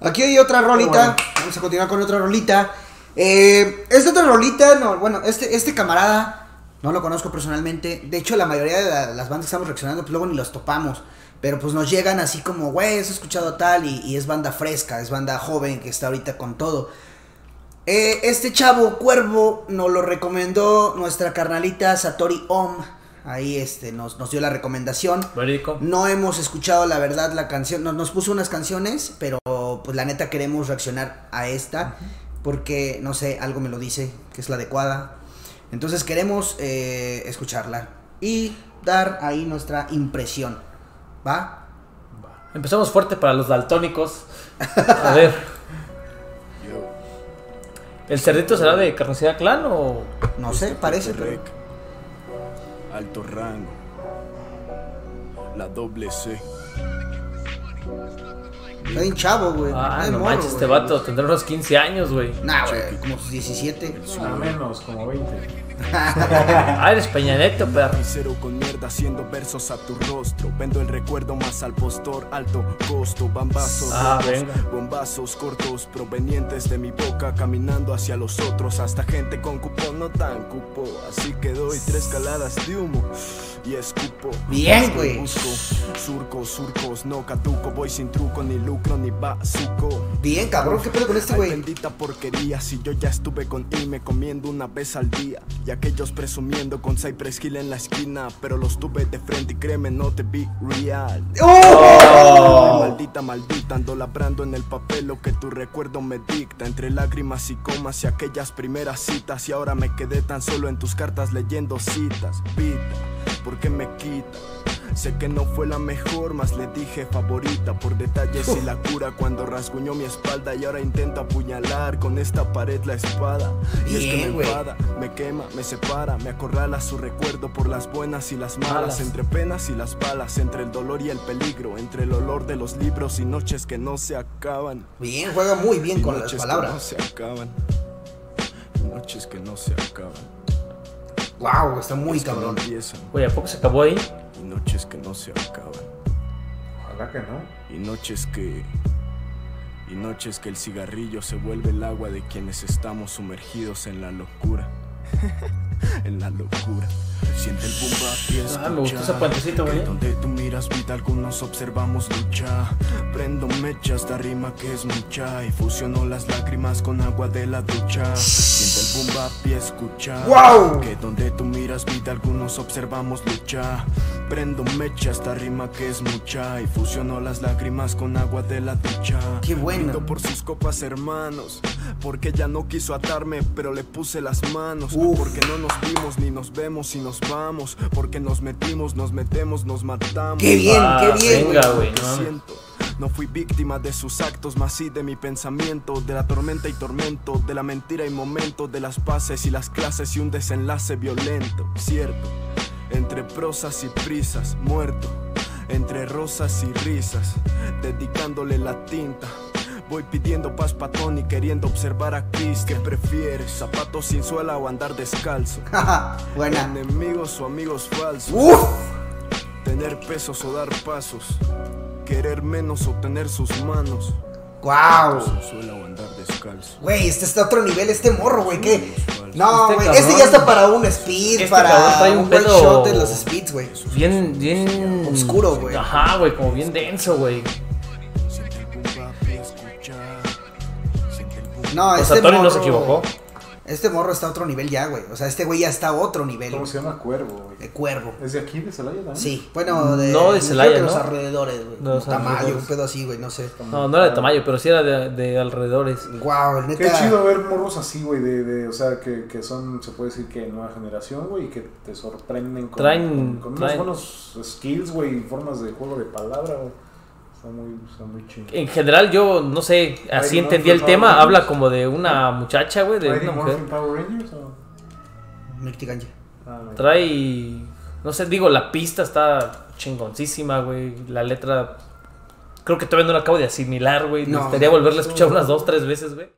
Aquí hay otra rolita. Vamos a continuar con otra rolita. Eh, esta otra rolita, no, bueno, este, este camarada no lo conozco personalmente. De hecho, la mayoría de la- las bandas que estamos reaccionando, pues luego ni los topamos. Pero pues nos llegan así como, güey, has escuchado tal y, y es banda fresca, es banda joven que está ahorita con todo. Eh, este chavo cuervo nos lo recomendó nuestra carnalita Satori Om. Ahí este, nos, nos dio la recomendación. Verídico. No hemos escuchado la verdad la canción. Nos, nos puso unas canciones, pero pues la neta queremos reaccionar a esta. Porque, no sé, algo me lo dice, que es la adecuada. Entonces queremos eh, escucharla y dar ahí nuestra impresión. ¿Va? Empezamos fuerte para los daltónicos. A ver. ¿El cerdito será de carnicería clan o.? No sé, Este parece, pero. Rec. Alto rango. La doble C. Está bien chavo, güey. Ah, está bien no morro, manches, este güey. vato tendrá unos 15 años, güey. Nah, güey, como sus 17. Al menos como 20. Ah, eres Peñaneto, perro. Cero con mierda haciendo versos a tu rostro. Vendo el recuerdo más al postor, alto costo. Bambazos, Ah, rotos, venga. bombazos cortos provenientes de mi boca. Caminando hacia los otros, hasta gente con cupón no tan cupo. Así que doy tres caladas de humo y escupo. Bien, Busco y güey. busco. Surcos, surcos, no catuco. Voy sin truco, ni lucro, ni bazuco. Bien, cabrón, ¿qué pedo con este, Ay, güey? bendita porquería, si yo ya estuve con me comiendo una vez al día Y aquellos presumiendo con Cypress Hill en la esquina Pero los tuve de frente y créeme, no te vi real ¡Oh! Oh. Ay, Maldita, maldita, ando labrando en el papel lo que tu recuerdo me dicta Entre lágrimas y comas y aquellas primeras citas Y ahora me quedé tan solo en tus cartas leyendo citas Pita, ¿por qué me quita? Sé que no fue la mejor, más le dije favorita por detalles y la cura cuando rasguñó mi espalda y ahora intento apuñalar con esta pared la espada. Y es que Bien, me güey. enfada, me quema, me separa, me acorrala su recuerdo por las buenas y las malas, Malas. entre penas y las balas, entre el dolor y el peligro, entre el olor de los libros y noches que no se acaban. Bien, juega muy y bien con las noches que no palabras. se acaban. y Noches que no se acaban. Wow, está muy Es que no cabrón. empiezan, Güey, ¿a poco se acabó ahí? y noches que no se acaban. Ojalá que no. Y noches que. Y noches que el cigarrillo se vuelve el agua de quienes estamos sumergidos en la locura. en la locura. Siente el boom bap y Ah, me gustó ese escucha puentecito, que güey. Donde tú miras vida, algunos observamos lucha. Prendo mechas, da rima que es mucha. Y fusiono las lágrimas con agua de la ducha. Siente el boom bap y escucha. ¡Guau! Que donde tú miras vida, algunos observamos lucha. Prendo mecha, esta rima que es mucha. Y fusiono las lágrimas con agua de la ducha. Qué bueno. Brindo por sus copas, hermanos. Porque ya no quiso atarme, pero le puse las manos. Uf. Porque no nos vimos, ni nos vemos, y nos vamos. Porque nos metimos, nos metemos, nos matamos. Qué bien, Ah, qué bien, venga, güey. güey, Lo no mames. siento. No fui víctima de sus actos, más sí de mi pensamiento, de la tormenta y tormento, de la mentira y momento, de las paces y las clases y un desenlace violento, cierto. Entre prosas y prisas, muerto, entre rosas y risas, dedicándole la tinta. Voy pidiendo paz patón y queriendo observar a Cristo. ¿Qué prefieres, zapatos sin suela o andar descalzo? Buena. Enemigos o amigos falsos. Uf. Tener pesos o dar pasos. Querer menos o tener sus manos. Wow. Suela o andar descalzo. Güey, este está a otro nivel, este morro, güey. ¿Qué? No, Este güey. cabrón- este ya está para un speed, Este cabrón para trae un, un buen pedo- shot de los speeds, güey. Bien, bien. Oscuro, güey. Ajá, güey, como bien denso, güey. Siente el boom bap y escuchar. Siente el boom No, O este sea, Tony morro. no se equivocó. Este morro está a otro nivel ya, güey. O sea, este güey ya está a otro nivel. ¿Cómo se llama Cuervo, güey? De cuervo. ¿Es de aquí, de Celaya también? Sí, bueno, de, Mm, No, de creo Celaya, que los ¿no? alrededores, güey. De los Tamayo, alrededores. un pedo así, güey, no sé. No, no era de tamaño, pero sí era de, de alrededores. Wow, neta. Qué chido ver morros así, güey, de, de, o sea, que, que son, se puede decir que nueva generación, güey, y que te sorprenden con, Traen- con, con traen- unos buenos skills, güey, y formas de juego de palabra, güey. Está muy, está muy chido. En general, yo no sé, así Ay, no, entendía el por tema. favor. Habla como de una muchacha, güey, de ¿Mighty una mujer. Morphin Power Rangers o...? Mirti Ganja. Ah, no. Trae. No sé, digo, la pista está chingoncísima, güey. La letra. Creo que todavía no la acabo de asimilar, güey. Me No. gustaría volverla a escuchar unas dos, tres veces, güey.